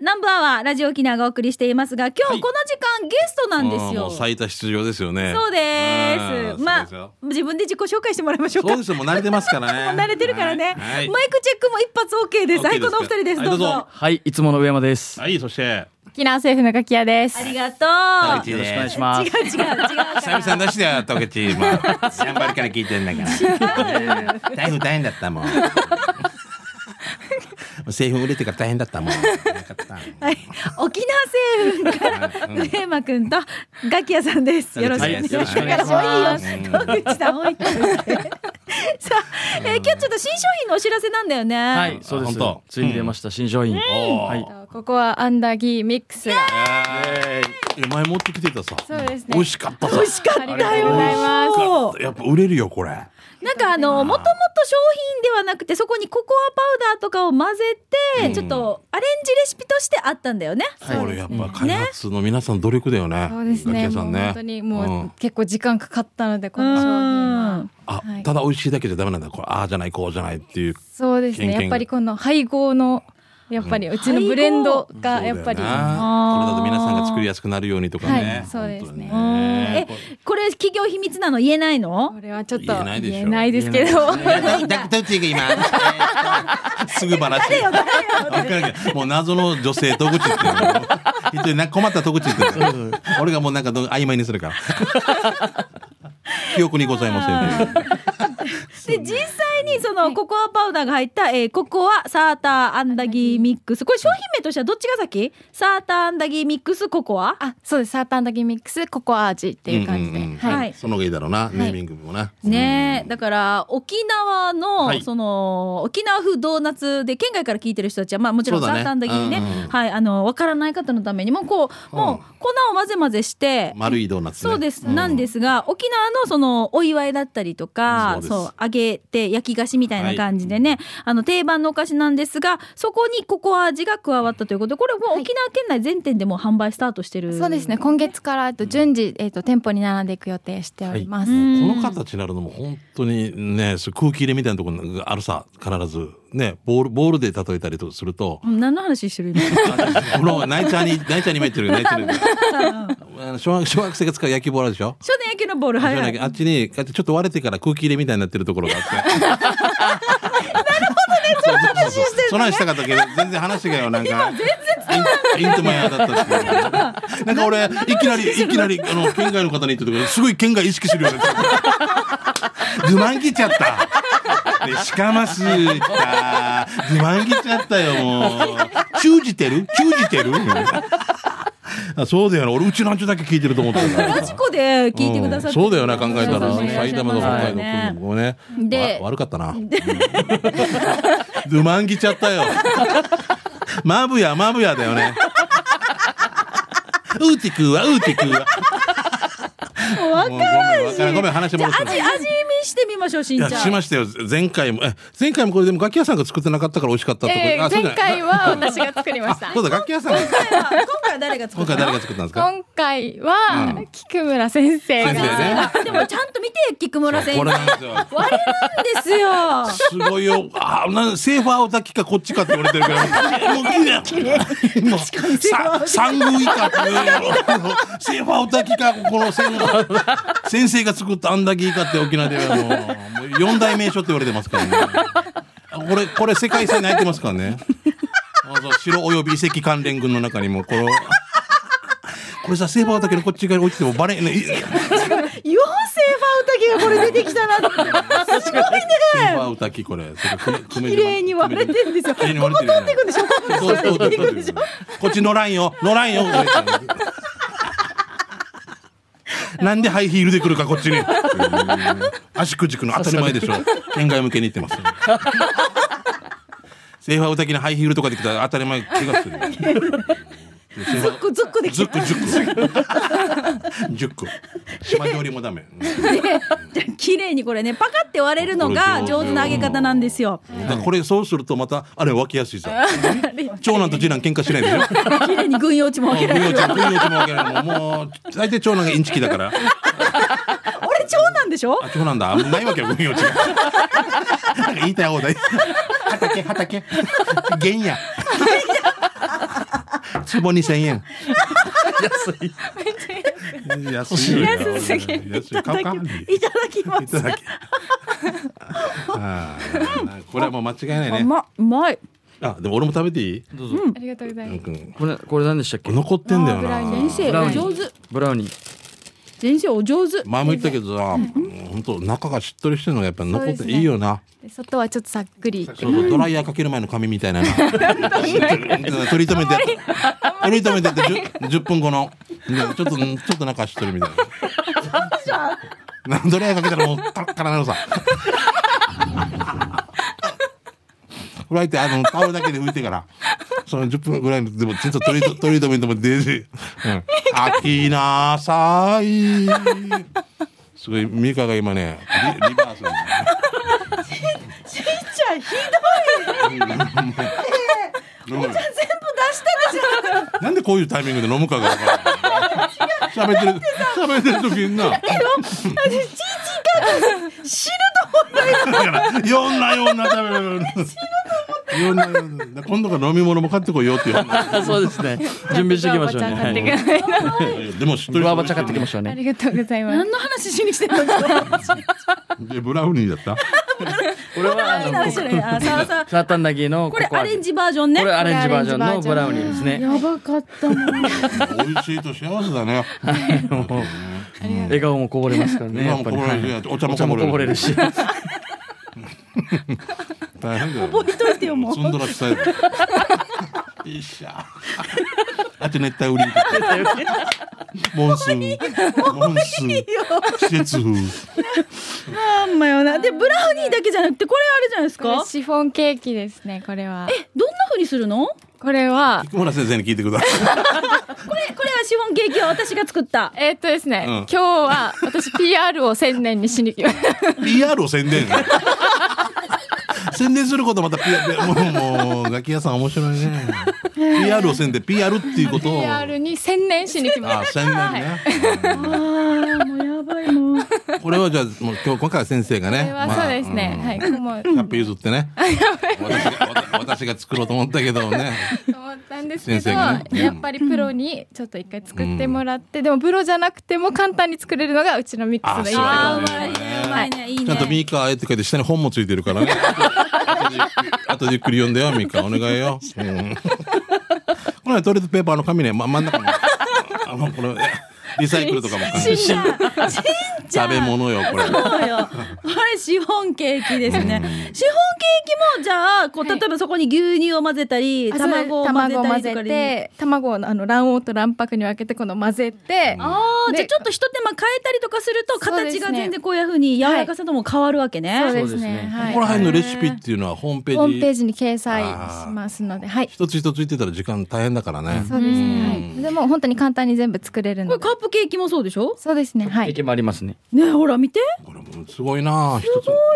南部アワーラジオ沖縄がお送りしていますが今は日いこの時間ゲストなんですあーよ、もう最多出場ですよね。そうであすーまそうですあよ自分で自己紹介してもらいましょうかそうですよ、もう慣れてますからね。 もう慣れてるからね、はいはいマイクチェックも一発 OK です、はい OK このお二人です、どうぞ,、はいどうぞはい、いつもの上山です。はい、そ して、沖縄政府の柿谷ですあ。りがとはう、いよろしくお願いします。違う違う違う久々なしでやったわけって、今。頑張りから聞いてんだから。台風大変だったもん。 製粉売れてから大変だったもん。よかったはい、沖縄製粉から上山くんとガキヤさんです。よろしくお願いします。はいよろしくお願いしますもういいよ。野 口さんもういいよさあ、えー、今日ちょっと新商品のお知らせなんだよね。はい、そうですあ本当。ついに出ました、新商品。はい。ここはアンダギーミックスが。ええ前持ってきてたさ。そうですね美味しかったさ美。味しかったよ。ありがとうございますそやっぱ売れるよ、これ。うなんかあのもともと商品ではなくてそこにココアパウダーとかを混ぜて、ちょっとアレンジレシピとしてあったんだよね。いこれやっぱ開発の皆さん努力だよね。そうです楽器ね。屋さもんうね本当にもう、ん結構時間かかったのでこの商品うはん。あは、いただ美味しいだけじゃダメなんだ。これ、ああじゃない、こうじゃないっていう。そうですケンね。ケンがやっぱりこの配合のやっぱりうちのブレンドがやっぱりそうだよなこれだと皆さんが作りやすくなるようにとかね。はいそうですね本当にねこれ企業秘密なの言えないのこ？れはちょっと言えないでしょ言えないですけど。だだどっちが今えーっとすぐばらして。わかるけどもう謎の女性、戸口っていうの。一人な困った戸口っていうの。俺がもうなんかど曖昧にするから。記憶にございませんっていう。で実際にそのココアパウダーが入った、えーココアサーターアンダギーミックスこれ商品名としてはどっちが先サーターアンダギーミックスココア あ、そうです。サーターアンダギーミックスココア味っていう感じで。んんんはい。いその方がいいだろうな、ネーミングもな。ねえだから沖縄の、はいその沖縄風ドーナツで県外から聞いてる人たちは、まあ、もちろんそサーうだねターアンダギーねうんうんはいあのわからない方のためにもこうもううん粉を混ぜ混ぜして、丸いドーナツ、ね。そうです、なんですが沖縄のそのお祝いだったりとかそうですそう揚げて焼き菓子みたいな感じでね、あの定番のお菓子なんですがそこにココア味が加わったということでこれもう沖縄県内全店でもう販売スタートしてる、そうですね。今月からえっと順次えっと店舗に並んでいく予定しております。この形になるのも本当にね、そう空気入れみたいなところがあるさ、必ず。ね、ボール、ボールで例えたりとす ると、うん何の話してる 今この、ナイチャーに、ナイチャーに参ってる、ナイチャーに。あの小学小学生が使う野球ボールあるでしょ少年野球のボール小はい、は学い生あっちに、こうやってちょっと割れてから空気入れみたいになってるところが あって。なるほどね、その話してる、その話したかったけど、全然話がよ、なんか。インイントマヤだったっていうなんか俺、いきなり、 いきなり、あの、県外の方に言った時、すごい県外意識するようになった。自慢切っちゃった。で、しかますった。自慢切っちゃったよ、もう。忠じてる忠じ てるあそうだよな。俺、うちのんちゅだけ聞いてると思ってるから。ラジコで聞いてくださってうるんそうだよな考えたそらうそうそう埼玉の北海道来るのもねでわ悪かったな うまんぎちゃったよマブヤマブヤだよねウーティクはウーティクはわからんしごめんごめん話じゃ戻あす味味見してみましょうしんちいゃやんしましたよ前回もえ前回もこれでも楽器屋さんが作ってなかったから美味しかったってこと、ええあそうじゃな前い回は私が作りましたあ。そうだ楽器屋さんが今回は今回は誰が作今った回誰のが作ったんですか今回は菊村先生が先生ねでもちゃんと見て菊村先生これなんですよ割れるんですよすごいよ。あーなんセーファーおたきかこっちかって言われてるから。もう綺麗。もうさ三宮以下っていうのセーファーおたきかこの先先生が作ったあんだけ以下って沖縄ではもうもう四大名所って言われてますからね。あこれこれ世界遺産に入ってますからね。あそう城および遺跡関連群の中にもこの。これさ、セーファーおたきのこっち側に落ちてもバレん、ね、い妖精ファウタケがこれ出てきたなってすごいねセーファーおたきこれ。それ組め組め綺麗に割れてんですよ綺麗に割れてるよね。これ食物そうそうそうそうこっち乗らんよ乗らんよなんでハイヒールで来るかこっちに足くじくの当たり前でしょ県外向けに行ってますセーファーウタキのハイヒールとかで来たら当たり前怪我するよゾックゾックでズきッてクズック10個島料理もダメ綺麗にこれねパカって割れるのが上手な揚げ方なんですよだからこれそうするとまたあれ分けやすいさ長男と次男喧嘩しないでしょ綺麗に軍用地も 分けられる軍用地も軍用地も分けられるもうもう大体長男がインチキだから俺長男でしょあ、そうなんだ。ないわけよ、運用地が。なんか言いたい放題。畑、畑。原野。坪二千円。安い。安しいいよ。安すぎる安いい。ただ買きいうかただきまいすただき。ああ、これはもう間違いないね。甘いうまいあ、でも俺も食べていい。どうぞ。ありがとうございうんます。うんこれこれ何でしたっけ？残ってんだよあーブラウな先。生ブラウおニー上手ブラウニー。先生お上手前も言ったけどさ、本当中がしっとりしてるのがやっぱ残っていいよな。で外はちょっとさっくり。そうそうドライヤーかける前の髪みたい なな。取り留めてやった。取り留めてって十分後の。ねちょっと、んちょっと中しっとるみたい な。なドライヤーかけたらもうカラッカラなのさ。フライってあのタオルだけで浮いてから。その10分ぐらいのでもちょっと取り 取り留めても出て、うん、飽きなさい。すごいミカが今ねリリバース。ちっちゃいひどい全部出してるじゃん。なんでこういうタイミングで飲むかが 分からない。喋ってる、喋ってる時にな。ちいちいか死ぬと思っただから、いろんなような食べる。いろんな ような、今度から飲み物も買ってこいよっていう話。あそうですね。 準備しておきましょうね。はいでも、しっとりブラバチャ買ってきましょうあね。りがとうございます。何の話しに来てるのかえブラウニーだった。これはあのこ話ねあさあさあサータンナギーのこれココアアレンジバージョンねこれアレンジバージョンのブラウニーですね。やばかったもん。あ美味しいと幸せだね。もう笑顔もこぼれますからね。やっぱり笑顔もこぼれるはいお茶もお茶もこぼれるし。大変だよ。覚えといてよもうツンドラスタイル。よっしゃ。あと熱帯雨林。 モンスーン。モンスーン。季節風。あんまよなでブラウニーだけじゃなくてこれあれじゃないですこれかシフォンケーキですね。これは。どんな風にするのここれは。村先生に聞いてください。れこれはシフォンケーキは私が作ったえーっとですね、うん今日は私 PR を千年にしに来 ました。 PR を宣伝。宣伝することまた PR もうもうガキ屋さん面白いね。PR を宣伝 PR っていうことを。あ PR に専念しに来ました。宣伝ね。あーもうやばいもうこれはじゃあもう今日今回は先生がね。これはまあそうですね。うんはい。もうキャップ譲って ね。私が私が作ろうと思ったけどね。と思ったんですけど、先生がねうんやっぱりプロにちょっと一回作ってもらって、でもプロじゃなくても簡単に作れるのがうちのミックスのいいところああーうまいねうまいねいいちねゃんとミカーって書いて下に本もついてるからね。あとでゆっくり読んでよ、ミカー。お願いよ。うん、この間トイレットペーパーの紙ね、ま、真ん中に。あの、これ、リサイクルとかも考えてしんちゃんしんちゃ食んべ物よ、これ。そうよ。これシフォンケーキですね。シフォンケーキもじゃあこうは例いえばそこに牛乳を混ぜたりあそう卵を混ぜ卵をた混りとぜかに。て卵をあの卵黄と卵白に分けてこの混ぜてああじゃあでちょっと一手間変えたりとかするとそうです形ねが全然こういうふうに柔らかさとも変わるわけね。そういですそうですねねはこいこら辺のレシピっていうのはホームペホームペーージ。ジに掲載しますのではい一つ一ついてたら時間大変だからね。そうですね、はい、でも本当に簡単に全部作れるこのれでカップケーキもそうでしょそうですねは経い験もありますね。ねほら見てこれもすごいなす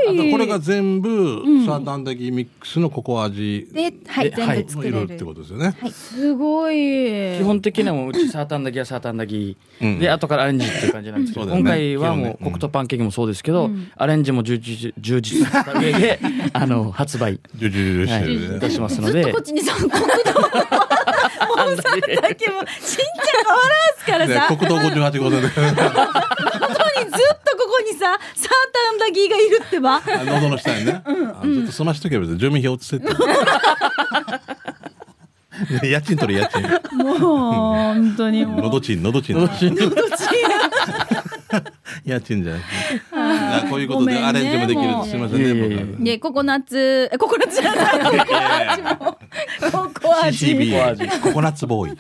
ごいこれが全部、サーターアンダギーミックスのココア味で、はい、ではい全部作のれ色る、ってことですよね。すごい基本的にはもううちサーターアンダギーはサーターアンダギうんーで後からアレンジっていう感じなんですけうどんそう今だよね回はも基本ねううん黒糖パンケーキもそうですけどアレンジも充実充実した上 であの発売ジュジュジュはしてるいねいたしますずのっとでこっちにその国道のモンサンだけもちんちゃん変わらんすからでさ国道58号線で本当にずっとここにさサーターアンダギーがいるってばあ喉の下にねあずっと済ましとけばいいです住民票移せって ね家賃取れ家賃もう本当にもう喉賃喉賃 家賃じゃないじゃあこういうことでアレンジもでごきるめんねもうすみませんねいえいえいえ僕で、ココナッツ、え、ココナッツじゃない、ココ味も、ココ味、 CCB ココナッツボーイ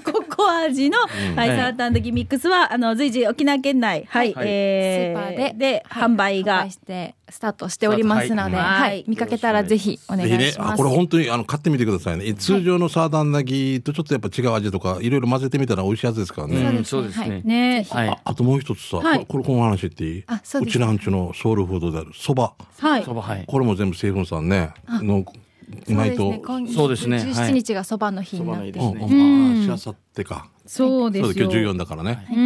ココ味の、はい、サーターアンダギーミックスは、あの、随時沖縄県内、はい、はいえスーパーではい販売が。してスタートしておりますので、はいはいはい見かけたらぜひお願ぜいひねしあます。これ本当にあの買ってみてくださいね通常のサーダンダギーとちょっとやっぱ違う味とかいろいろ混ぜてみたら美味しいやつですからねうんそうですねね、はいああともう一つさ、はいこれこれこの話言っていいあそうですちなんちのソウルフードであるそばはいそ。ばはいこれも全部製粉さんねのそう内です藤ね。今そうですねはい17日がそばの日になって、ですねうんあしあさってかそうでそうすだ今よ。日14だからねう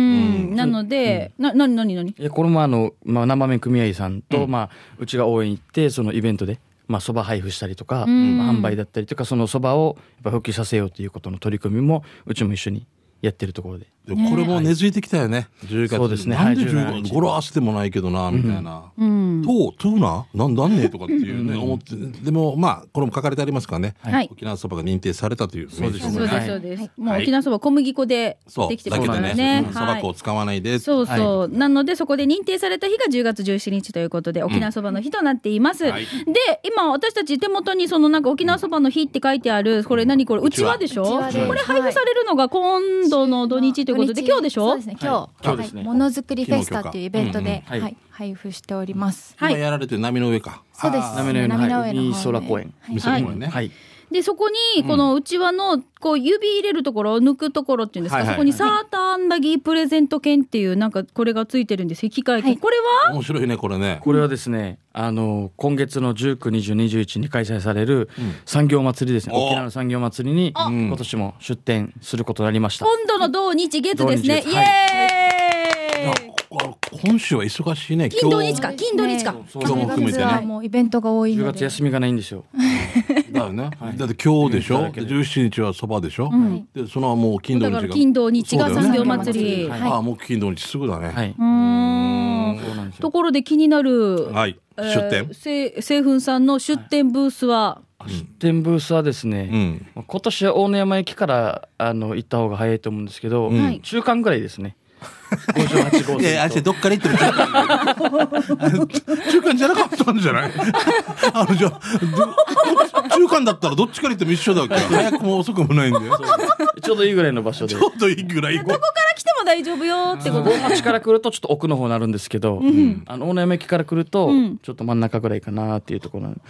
ん、なので、な、なになになにえこれもあの、まあ、生麺組合さんと、まあ、うちが応援行ってそのイベントでまあ、蕎麦配布したりとか、うんまあ販売だったりとかその蕎麦をやっぱ復帰させようということの取り組みもうちも一緒にやってるところででもこれも根付いてきたよね。10月。そうですねなんではい10 17月日語呂合わせてもないけどな、みたいな。うんとう、トゥーナーなんだんねとかっていうね、思って。でも、まあ、これも書かれてありますからね。はい沖縄そばが認定されたという。そうですねそうですはいそうです。もう沖縄そば小麦粉でそう、できてだますけからでねね。うん。そばはい粉を使わないで。そうそう、なのでそこで認定された日が10月17日ということで沖縄そばの日となっています、はいで今私たち手元にそのなんか沖縄そばの日って書いてあるこれ何これうちわでしょうちわですこれ配布されるのが今度の土日ということで土日今日でしそうょですね今日今日ですねはいものづくりフェスタっていうイベントで、昨日今日かうんうんはい配布しております。はい今やられてる波の上か。そうです。あー波の上のはい波の上の方で海空公園はいみそ公園ね。はいでそこにこのうちわのこう指入れるところ抜くところっていうんですか、はいはいそこにサーターアンダギープレゼント券っていうなんかこれがついてるんですよ機械券、はいこれは面白いね、これね。これはですね、あの今月の19、20、21に開催される産業祭りですね、お沖縄の産業祭りにん今年も出展することになりました。今度の土日月ですね、土日イエーイ、あこ今週は忙しいね。金土今日日か金土日かそう今日も含めて実はね。もうイベントが多い10の月で。休みがないんですよ。だよね。だって今日でしうんょ。だけで17日はそばでしょ。で、そのもう金だ土日かがら。金土日が産業祭り、そうだよねああ、もう金土日すぐだね。はい。うんそうなんですとよ。ころで気になる、はい。え出ー店。せ製粉さんの出店ブースは、出店ブースはですうね、ん。今年は大野山駅からあの行った方が早いと思うんですけど、はい中間ぐらいです ね。58号いや、あいつ線と。どっから行っても中間。 中間じゃなかったんじゃない あの、じゃあど中間だったらどっちから行っても一緒だわけよ。早くも遅くもないんだよ。ちょうどいいぐらいの場所で。ちょうどいいぐらい。ここから来ても大丈夫よってこと大町から来るとちょっと奥の方になるんですけど、あの大野山駅から来るとんちょっと真ん中ぐらいかなっていうところなんで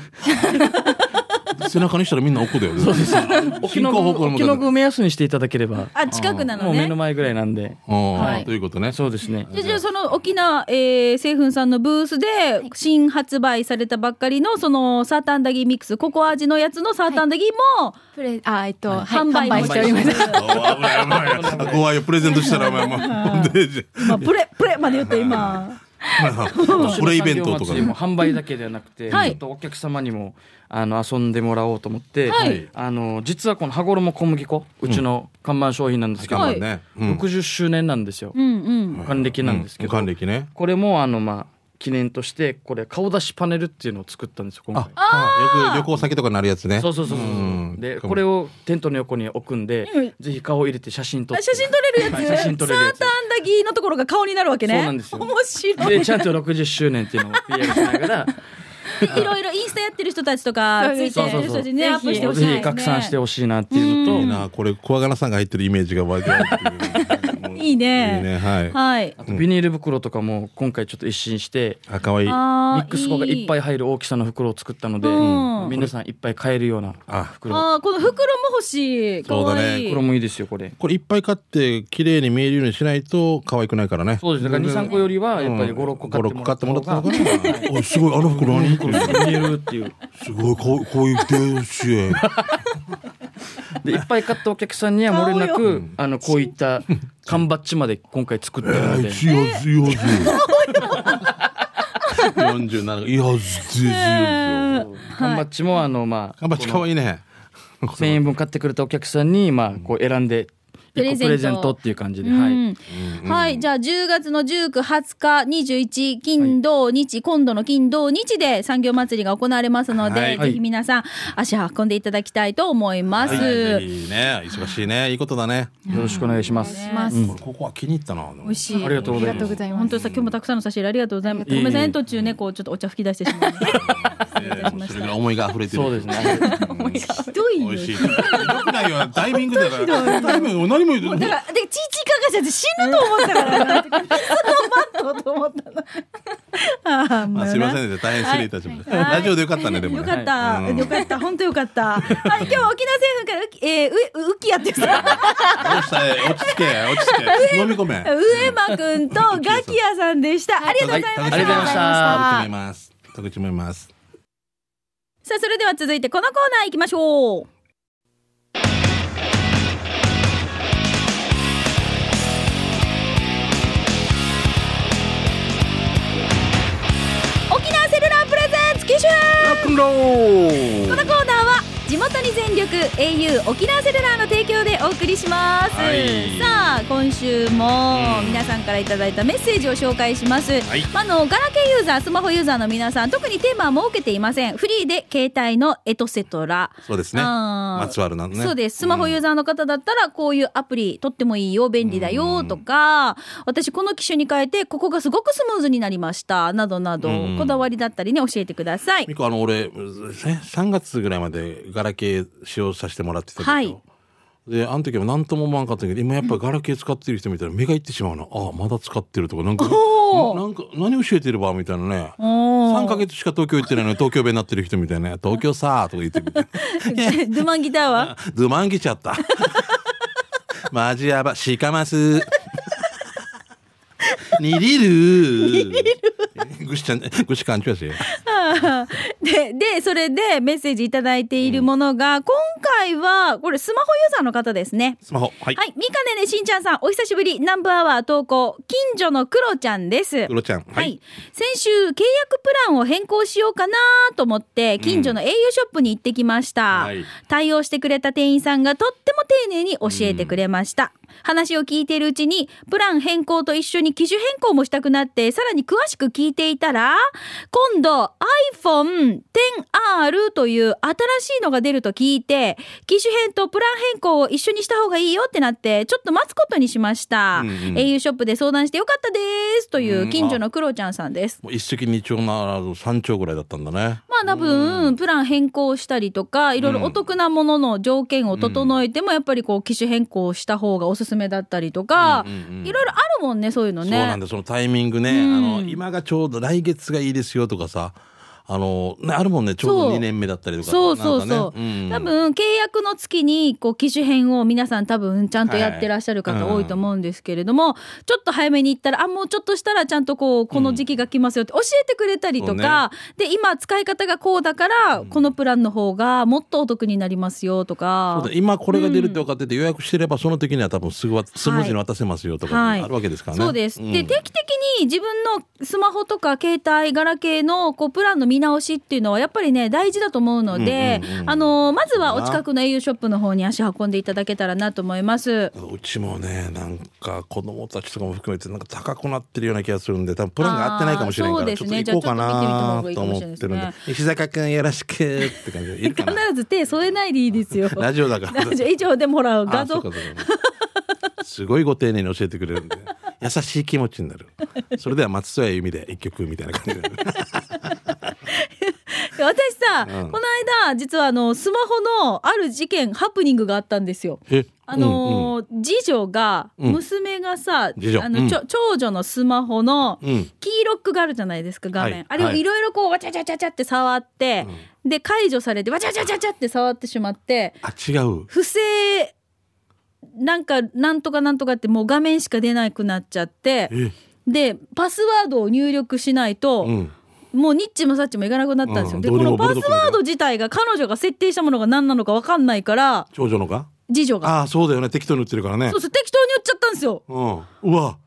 背中にしたらみんな奥だよね。そうです。沖進の行方向の具沖の具を目安にしていただければ、あ近くなものう目ねの前ぐらいなんで、うん。ということ ね。そうですね。でじゃあその沖縄、えー、製粉さんのブースで新発売されたばっかりのそのサーターアンダギーミックスココア味のやつのサーターアンダギーも、プレあえっと、はい販売もしております、お危ない危ない怖いよプレゼントしたらお前もうほんでじまあ、プレプレまで言って今ゃあ プレイベントとか今年の産業祭りも販売だけではなくて、はいちょっとお客様にもあの遊んでもらおうと思って、はいあの実はこの羽衣小麦粉うちの看板商品なんですけど、はいね60周年なんですよ、うんうん還暦なんですけど、還暦ねこれもあのまあ記念としてこれ顔出しパネルっていうのを作ったんですよ今回。よく旅行先とかになるやつねそうそうそうそう、うんでこれをテントの横に置くんで、ぜひ顔を入れて写真撮っあて写真撮れるはいやつ写真撮れるやつサーターアンダギーのところが顔になるわけねそうなんですよ面白いでちゃんと60周年っていうのを PR しなが らいろいろインスタやってる人たちとか、そうツイでッすターやってる人たちにね、アップしてほしいですぜひね。拡散してほしいなっていうのと、いいなこれ小ガナさんが入ってるイメージが湧いてるってい ういいねいいねはいはい。あとビニール袋とかも今回ちょっと一新して、あ可愛いあミックス粉がいっぱいい。入る大きさの袋を作ったので、うん皆さんいっぱい買えるような袋ああ、この袋も欲しい。かわいい。袋もいいですよこれこれいっぱい買って綺麗に見えるようにしないと可愛くないからねそうですねだから23個よりはやっぱり56個買って56も買ってもららっったたの方がか なおいすごいあの袋何これ見えるっていうすごいこうこういう電子絵でいっぱい買ったお客さんにはもれな顔くあのこういった缶バッジまで今回作ってるので強強強。四十七。いや強強。缶バッジもあのまあ頑張って可愛いね。 1000円分買ってくれたお客さんにまあこう選んでプレ一ゼント個プレゼントっていう感じでうはい。んはい。じゃあ、10月の19、20日、21、金、土、日、今度の金、土、日で産業祭りが行われますのはで、いぜひ皆さん、足を運んでいただきたいと思いまはいす。いいね。忙しいね。いいことだね。よろしくお願いします。します。ここは気に入ったな。美味しい。ありがとあうごりがざいとまうごす。ざいます本当。にさ、今日もたくさんの差し入れありがとうございます。いえいごめえんなさいね、途中ね、こう、ちょっとお茶吹き出してしまって。ええそれぐらい思いが溢れてる。そうです ね。うん。ひひどい美よ。味しい。よくないよ。ダイビングだから。ダイビング何も言う。だから、で、チーチーカガシャって死ぬと思ったから、ずっと待っとうと思ったの。ああ、もあうすみませよんね。大変失礼いたしました。ラジオでよかったねでもね。かった、うんよかった、本当よかった。はい、今日は沖縄政府から、うきえー、う、うきやってさ、どうした落ち着け落ち着け。飲み込め。あ上間くんとガキヤさんでした。ありがとうございました。ありがとうございました。徳島います。徳島います。さあ、それでは続いてこのコーナー行きましょう。沖縄セルラープレゼンツ機種ロックンロこのコーナーは地元に全力 au 沖縄セルラーの提供でお送りします、はいさあ今週もうん皆さんからいただいたメッセージを紹介します、はいまあ、あのガラケーユーザースマホユーザーの皆さん特にテーマは設けていませんフリーで携帯のエトセトラそうですね。あーまつわるなのね。そうです。スマホユーザザーの方だったら、こういうアプリ取ってもいいよ、便利だよ、とか、私この機種に変えて、ここがすごくスムーズになりました、などなどう、んこだわりだったりね、教えてください ミ。コ、あの、俺、3月ぐらいまでガラケー使用させてもらってたけど。はいで、あの時も何とも思わんかったけど、今やっぱガラケー使ってる人見たら目がいってしまうの。ああ、まだ使ってるとか、なんか、おーなんか、何教えてればみたいなね。 3 3ヶ月しか東京行ってないのに東京弁になってる人みたいなね。東京さーとか言ってみたいな。ドゥマンギターは ずまんぎちゃった。マジやば、しかます。 にりる。ぐしちゃん、ぐしかんちゅうやし。 で、で、それでメッセージいただいているものが、今回は、これスマホユーザーの方ですね。スマホ、はい。はい、みかねねしんちゃんさん、お久しぶり、ナンバーワー投稿、近所のクロちゃんです。うろちゃん、ははいい。、先週契約プランを変更しようかなと思って近所の au ショップに行ってきました、はい対応してくれた店員さんがとっても丁寧に教えてくれました、話を聞いているうちにプラン変更と一緒に機種変更もしたくなってさらに詳しく聞いていたら今度 iPhone10R という新しいのが出ると聞いて機種変とプラン変更を一緒にした方がいいよってなってちょっと待つことにしました、うんうん au ショップで相談してよかったですといううん近所のクロちゃんさんです。もう一石二鳥ならず三鳥ぐらいだったんだね。まあ多分、プラン変更したりとか、いろいろお得なものの条件を整えても、やっぱりこう、機種変更した方がおすすめだったりとかうんうんう、んいろいろあるもんね、そういうのそうなねん。だ、そのタイミングね。んあの、今がちょうど来月がいいですよとかさ。あの、ね、あるもんね、ちょうそうど二年目だったりとか。そうそうなんそかう。ねん多分、契約の月に、こう、機種変を皆さん多分、ちゃんとやってらっしゃる方はい多いと思うんですけれども、ちょっと早めに行ったら、あ、もうちょっとしたらちゃんとこう、この時期が来ますよって教えてくれたりとか、で、今使い方がこうだから、このプランの方がもっとお得になりますよとか。そうだ今これが出るって分かってて予約してればその時には多分すぐわスムーズに渡せますよとかはいあるわけですからね。そうです、んで定期的に自分のスマホとか携帯ガラケーのこうプランの見直しっていうのはやっぱりね大事だと思うので、うんうんうんあのまずはお近くの au ショップの方に足運んでいただけたらなと思います。うちもねなんか子供たちとかも含めてなんか高くなってるような気がするんで多分プランが合ってないかもしれないかあーら、ちそょうっですねと行こうかなじゃあちょとっと見てみた方が思いいかもしっれてないるんでですね「石坂君よろしく」って感じでいるか必なず手添えないでいいですよ。 ラジオだからラジオ以上でもらう画あ像そうかそうかすごいご丁寧に教えてくれるんで 優しい気持ちになるそれでは松任谷由実で一曲みたいな感じで私さ、うんこの間実はあのスマホのある事件ハプニングがあったんですよ。えあのー次女が、うん娘がさ、次女あのちょ長女のスマホのうんうんキーロックがあるじゃないですか画面、はいあれをはいいろいろこうわちゃわちゃわちゃわちゃって触って、で解除されてわちゃわちゃわちゃわちゃって触ってしまってあ違う不正なんかなんとかなんとかってもう画面しか出なくなっちゃってえでパスワードを入力しないと、うんもうニッチもサッチもいかなくなったんですよ、うんでどこうにのもパスボロボロだワード自体が彼女が設定したものが何なのか分かんないから長女のか次女がああそうだよね適当に打ってるからねそうそう適当に言っちゃったんですようん、うわ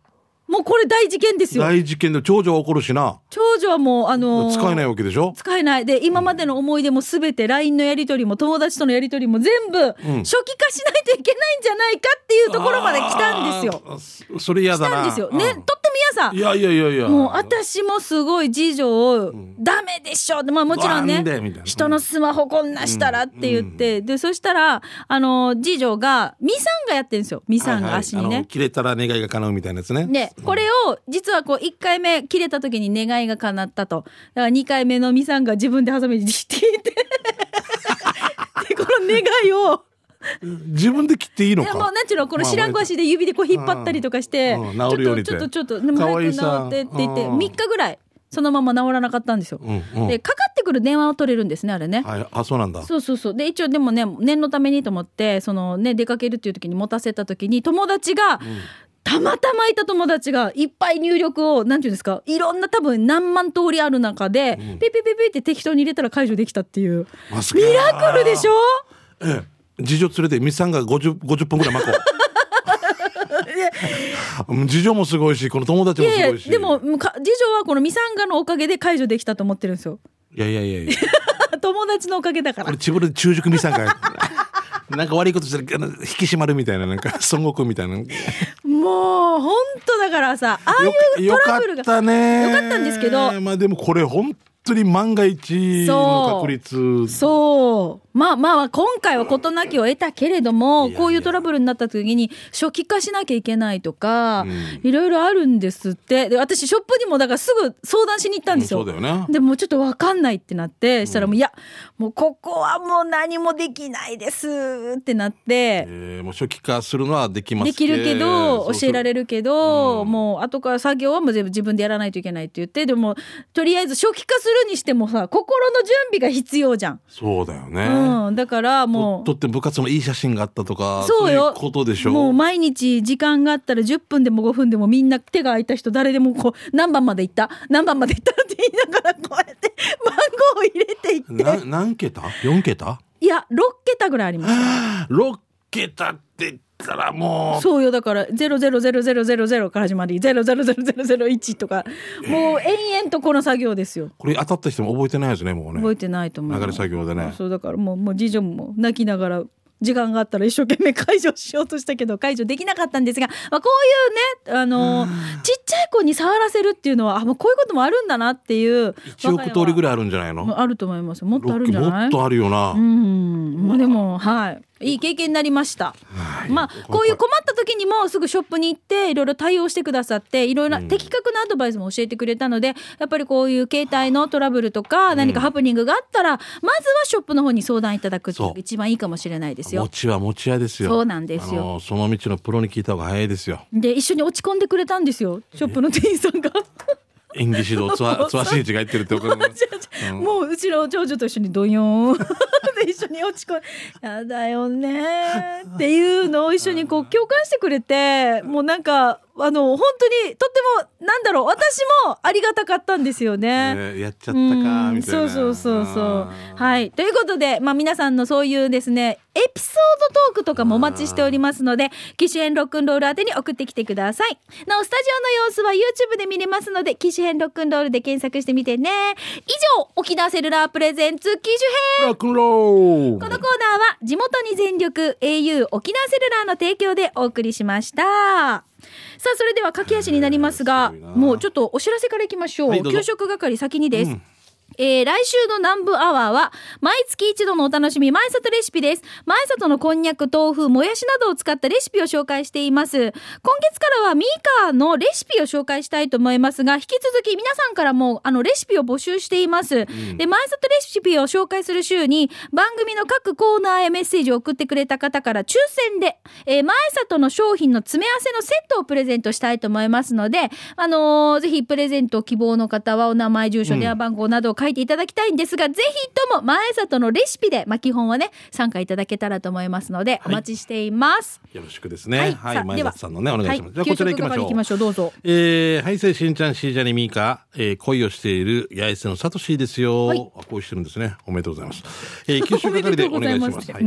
もうこれ大事件ですよ大事件で長女は怒るしな長女はもうあのー使えないわけでしょ使えないで今までの思い出もすべて LINE のやり取りも友達とのやり取りも全部初ん期化しないといけないんじゃないかっていうところまで来たんですよ。あーそそれ嫌来だたなんですよ。うんね、とってもい皆やいやいやいやさんもう私もすごい次女をダメでしょまあもちろんなねんでみたいな人のスマホこんなしたらって言って、でそしたらあの次女がミさんがやってるんですよミさんが足にはいはいあねの。切れたら願いが叶うみたいなやつねで、これを、実はこう、1回目切れた時に願いが叶ったと。だから2回目のミさんが自分でハサミで切って、で、この願いを、自分で切っていいのいやかもうなんちゅうの、このまあ知らんこ足で指でこう引っ張ったりとかして、うんうん治るようにってちょっとちょっと、ちょっと、でもか早わいくい治さってって言って、うん3日ぐらい、そのまま治らなかったんですよ。うんうんで、かかってくる電話を取れるんですね、あれね。はい、あそうなんだそうそうそうで一応でもね念のためにと思ってそのね出かけるっていう時に持たせた時に友達が、たまたまいた友達がいっぱい入力をなんていうんですかいろんな多分何万通りある中で、ピピピピって適当に入れたら解除できたっていうマスクミラクルでしょええ事情連れてミスさんが 50, 50分ぐらい巻こ ううん事情もすごいしこの友達いもやすいごやいしでもか次女はこのミサンガのおかげで解除できたと思ってるんですよいやいやいやいや友達のおかげだかこられ自分で中熟ミさんが なんか悪いことしたらあの引き締まるみたいななんか孫悟空みたいなもう本当だからさああいうよトかラブルっがたねよかったんですけどまあでもこれ本当に万が一の確率そうまあまあ今回は事なきを得たけれどもいやいやこういうトラブルになった時に初期化しなきゃいけないとか、んいろいろあるんですってで私ショップにもだからすぐ相談しに行ったんですよ。うんそうだよねでもうちょっと分かんないってなってしたらもう、いやもうここはもう何もできないですってなって。えーもう初期化するのはできまですきるけど、教えられるるけど、うんもう後から作業はもう全部自分でやらないといけないって言ってでもとりあえず初期化するにしてもさ心の準備が必要じゃん、そうだよね、うん、だからもと撮って部活のいい写真があったとかそうよいうことでしうょもう毎日時間があったら10分でも5分でもみんな手が空いた人誰でもこう何番まで行った何番まで行ったって言いながらこうやって番号を入れていっなて何桁 ?4 桁いや6桁ぐらいありました ?6 桁って言ったらもうそうよだから0000000から始まり0000001とかもう延々とこの作業ですよこれ当たった人も覚えてないですねもう覚えねてないと思う流れ作業でねそうだからもうもう次女も泣きながら時間があったら一生懸命解除しようとしたけど解除できなかったんですが、まあ、こういうねあのちっちゃい子に触らせるっていうのはあもうこういうこともあるんだなっていう1億通りらいぐらいあるんじゃないのあると思いますよもっとあるんじゃなもいっとあるよな、うんまあでもはいいい経験になりました。まあこういう困った時にもすぐショップに行っていろいろ対応してくださっていろいろな的確なアドバイスも教えてくれたのでやっぱりこういう携帯のトラブルとか何かハプニングがあったらまずはショップの方に相談いただくっていうのそがう一番いいかもしれないです持よ。ちは持ち屋ですよそうなんですよあのその道のプロに聞いた方が早いで すよで一緒に落ち込んでくれたんですよショップの店員さんが。演技指導つわつわしいちが言ってるっ てことねうんもううちの長女と一緒にドヨーン で一緒に落ち込んやだよ ねーっていうのを一緒にこう共感してくれてもうなんかあの本当にとってもなんだろう私もありがたかったんですよね。ねやっちゃったかうんみたいなそうそうそうそうあ。ーはい。ということで、まあ皆さんのそういうですね、エピソードトークとかもお待ちしておりますので、機種編ロックンロール宛てに送ってきてください。なお、スタジオの様子は YouTube で見れますので、機種編ロックンロールで検索してみてね。以上、沖縄セルラープレゼンツ機種編ロックンローこのルコーナーは地元に全力 au 沖縄セルラーの提供でお送りしました。さあ、それでは駆け足になりますが、えーすごいなもうちょっとお知らせからいきましょう。はいどうぞ給食係先にです。えー来週の南部アワーは、毎月一度のお楽しみ、前里レシピです。前里のこんにゃく、豆腐、もやしなどを使ったレシピを紹介しています。今月からはミーカーのレシピを紹介したいと思いますが、引き続き皆さんからも、あの、レシピを募集しています。で、前里レシピを紹介する週に、番組の各コーナーへメッセージを送ってくれた方から抽選で、えー前里の商品の詰め合わせのセットをプレゼントしたいと思いますので、あのーぜひプレゼント希望の方はお名前、住所、電話番号などを書いていただきたいんですが、ぜひとも前里のレシピで、まあ、基本はね、参加いただけたらと思いますので、お待ちしています。よろしくですねはい、さあ前では田さんのねお願いします、はいじゃあこちら行き給食まし係ょ行うきましょう、どうぞ。えー、はい、せいしんちゃん、しーじゃにみーか、えー、恋をしている八重瀬のさとしーですよ、はいあ、恋してるんですね。おめでとうございます。え ー、九州係でお願おめでとうございいしまますす。はい。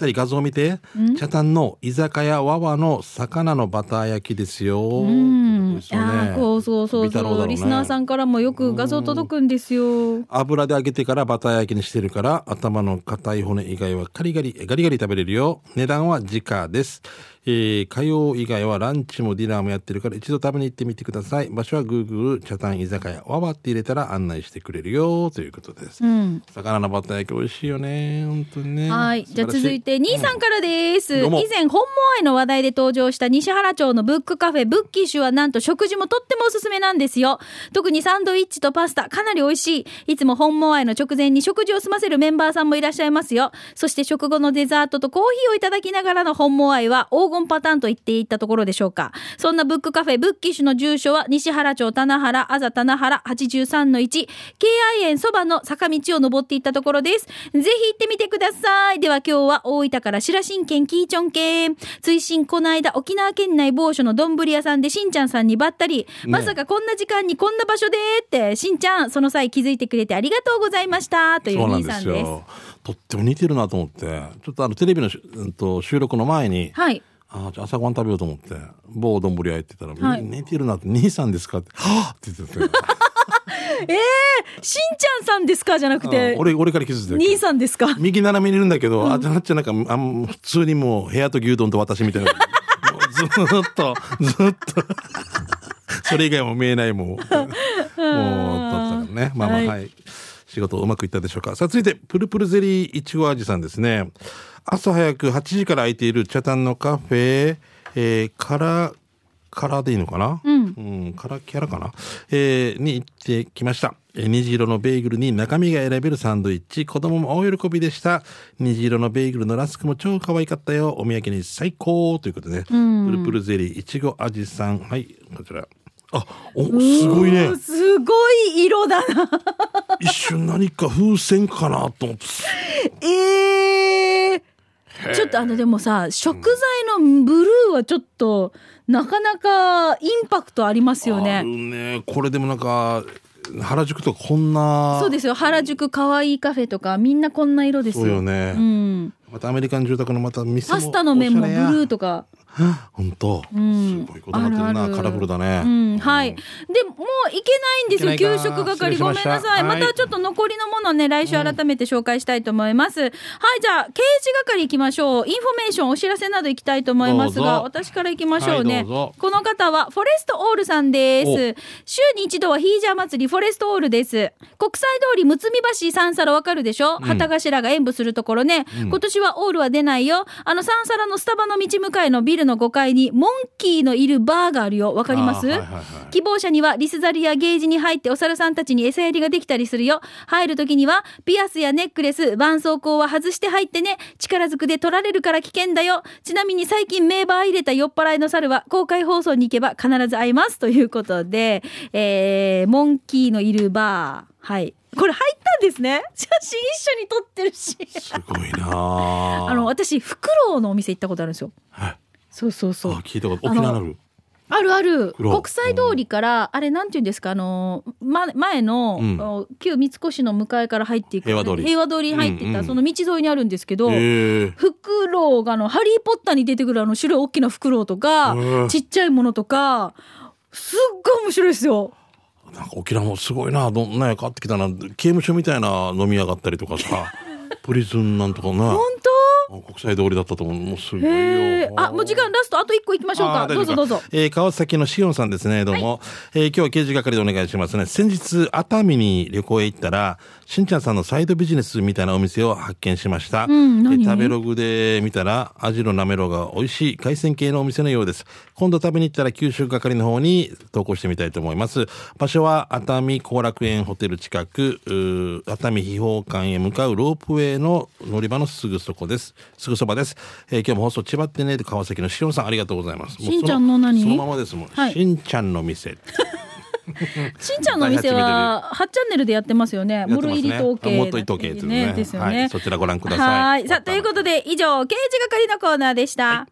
二人画像を見て、茶炭の居酒屋わわの魚のバター焼きですよ。うんああ、こう、そうそうそう、リスナーさんからもよく画像届くんですよ。油で揚げてからバター焼きにしてるから頭の硬い骨以外はカリガリえガリガリ食べれるよ値段は時価です、えー、火曜以外はランチもディナーもやってるから一度食べに行ってみてください場所は Google 茶炭居酒屋わわって入れたら案内してくれるよということです、うん。魚のバター焼き美味しいよね本当にねはい。じゃあ続いて、兄さんからです。どうも以前、本門愛の話題で登場した西原町のブックカフェ、ブッキッシュはなんと食事もとってもおすすめなんですよ。特にサンドイッチとパスタ、かなり美味しい。いつも本門愛の直前に食事を済ませるメンバーさんもいらっしゃいますよ。そして食後のデザートとコーヒーをいただきながらの本門愛は黄金パターンと言っていたところでしょうか。そんなブックカフェ、ブッキッシュの住所は西原町棚原、あざ棚原83の1、敬愛園そばの坂道を登っていったところです。ぜひ行ってみてください。では今日は大分から白新県キーチョン県。追伸この間沖縄県内某所の丼屋さんでしんちゃんさんにばったり、まさかこんな時間にこんな場所でって、しんちゃん、その際気づいてくれてありがとうございました。というそうな兄んでさんすです。よとっても似てるなと思ってちょっとあのテレビのし、うん、と収録の前にはい。あーじゃあ朝ごはん食べようと思って某丼焼いてたら「はい寝てるな」って「兄さんですか?」って「はあ!」って言ってたよえー、しんちゃんさんですかじゃなくてあ、俺、俺から気づいて兄る。さんですか右斜めにいるんだけど、あ、じゃなっちゃなんか、あん、普通にもう、部屋と牛丼と私みた いな。もうずーっと、ずーっと。それ以外も見えないもん。もう、だったからね。まあまあ、ははいい、仕事うまくいったでしょうか。さあ、続いて、プルプルゼリーいちご味さんですね。朝早く8時から開いている茶炭のカフェ、えー、から、からでいいのかなうん。うん、カラキャラかな、えーに行ってきました。えー虹色のベーグルに中身が選べるサンドイッチ、子供も大喜びでした。虹色のベーグルのラスクも超可愛かったよ。お土産に最高ということで、んプルプルゼリー、いちご味さん。はい、こちら。あ、お、すごいねうーん。すごい色だな。一瞬何か風船かなと思って。ええちょっとあのでもさ食材のブルーはちょっとなかなかインパクトありますよあるね。ね。これでもなんか、原宿とかこんな。そうですよ原宿かわいいカフェとかみんなこんな色ですよ。そうよねうん、またアメリカン住宅のまた店もパスタの麺もブおしルゃれやーとか。本当、んすごいことになってるあるなあるカラフルだね、うん、はい。で、もういけないんですよ。いけな給いか食係失ご礼めんしまなしたさい。まはいたちょっと残りのものはね、来週改めて紹介したいと思います。はい、じゃあ、刑事係行きましょう。インフォメーション、お知らせなど行きたいと思いますが、どう私から行きましょうはね。いどうぞこの方は、フォレストオールさんです。週に一度はヒージャー祭り、フォレストオールです。国際通り、むつみ橋三皿わかるでしょ、旗頭が演舞するところね。今年はオールは出ないよ。あの三皿のスタバの道向かいのビルの5階に、モンキーのいるバーがあるよ。わかります、あーはいはいはい希望者にはリスザルやゲージに入ってお猿さんたちに餌やりができたりするよ入る時にはピアスやネックレス絆創膏は外して入ってね力ずくで取られるから危険だよちなみに最近名バー入れた酔っ払いの猿は公開放送に行けば必ず会いますということで、えー、モンキーのいるバーはいこれ入ったんですね写真一緒に撮ってるしすごいなあ あの私フクロウのお店行ったことあるんですよはいそうそうそうあ聞いたことあ沖の縄なるあるある黒国際通りから、あれなんていうんですかあの、ま、前の、うんお旧三越の向かいから入っていく平和通り平和通りに入ってった、うんうんその道沿いにあるんですけど、ええフクロウがあの「ハリー・ポッター」に出てくるあの白い大きなフクロウとか、うんちっちゃいものとかすっごい面白いですよ。なんか沖縄もすごいなどんなや変わってきたな刑務所みたいな飲み屋があったりとかさ プリズンなんとかな本国際通りだったと思うもうすごい当よへーあもう時間ラストあと一個いきましょうかあー大ど丈う夫ぞかどうぞ。えー川崎のしおんさんですね、どうも。えー今日は刑事係でお願いしますね。先日、熱海に旅行へ行ったら、しんちゃんさんのサイドビジネスみたいなお店を発見しました。ん何で食べログで見たら、アジのなめろうが美味しい海鮮系のお店のようです。今度食べに行ったら、給食係の方に投稿してみたいと思います。場所は、熱海後楽園ホテル近く、うー熱海秘宝館へ向かうロープウェイの乗り場のすぐそこです。すぐそばです。えー今日も放送、千葉ってね、川崎のしおんさん、ありがとうございます。もうしんちゃんの何そのままですもん、はいしんちゃんの店しんちゃんのお店は8チャンネルでやってますよね。てまモすねル入り統計。モル入り統計ですねですよはね。いそちらご覧くださいはい。さあ、ということで、以上、刑事係のコーナーでした。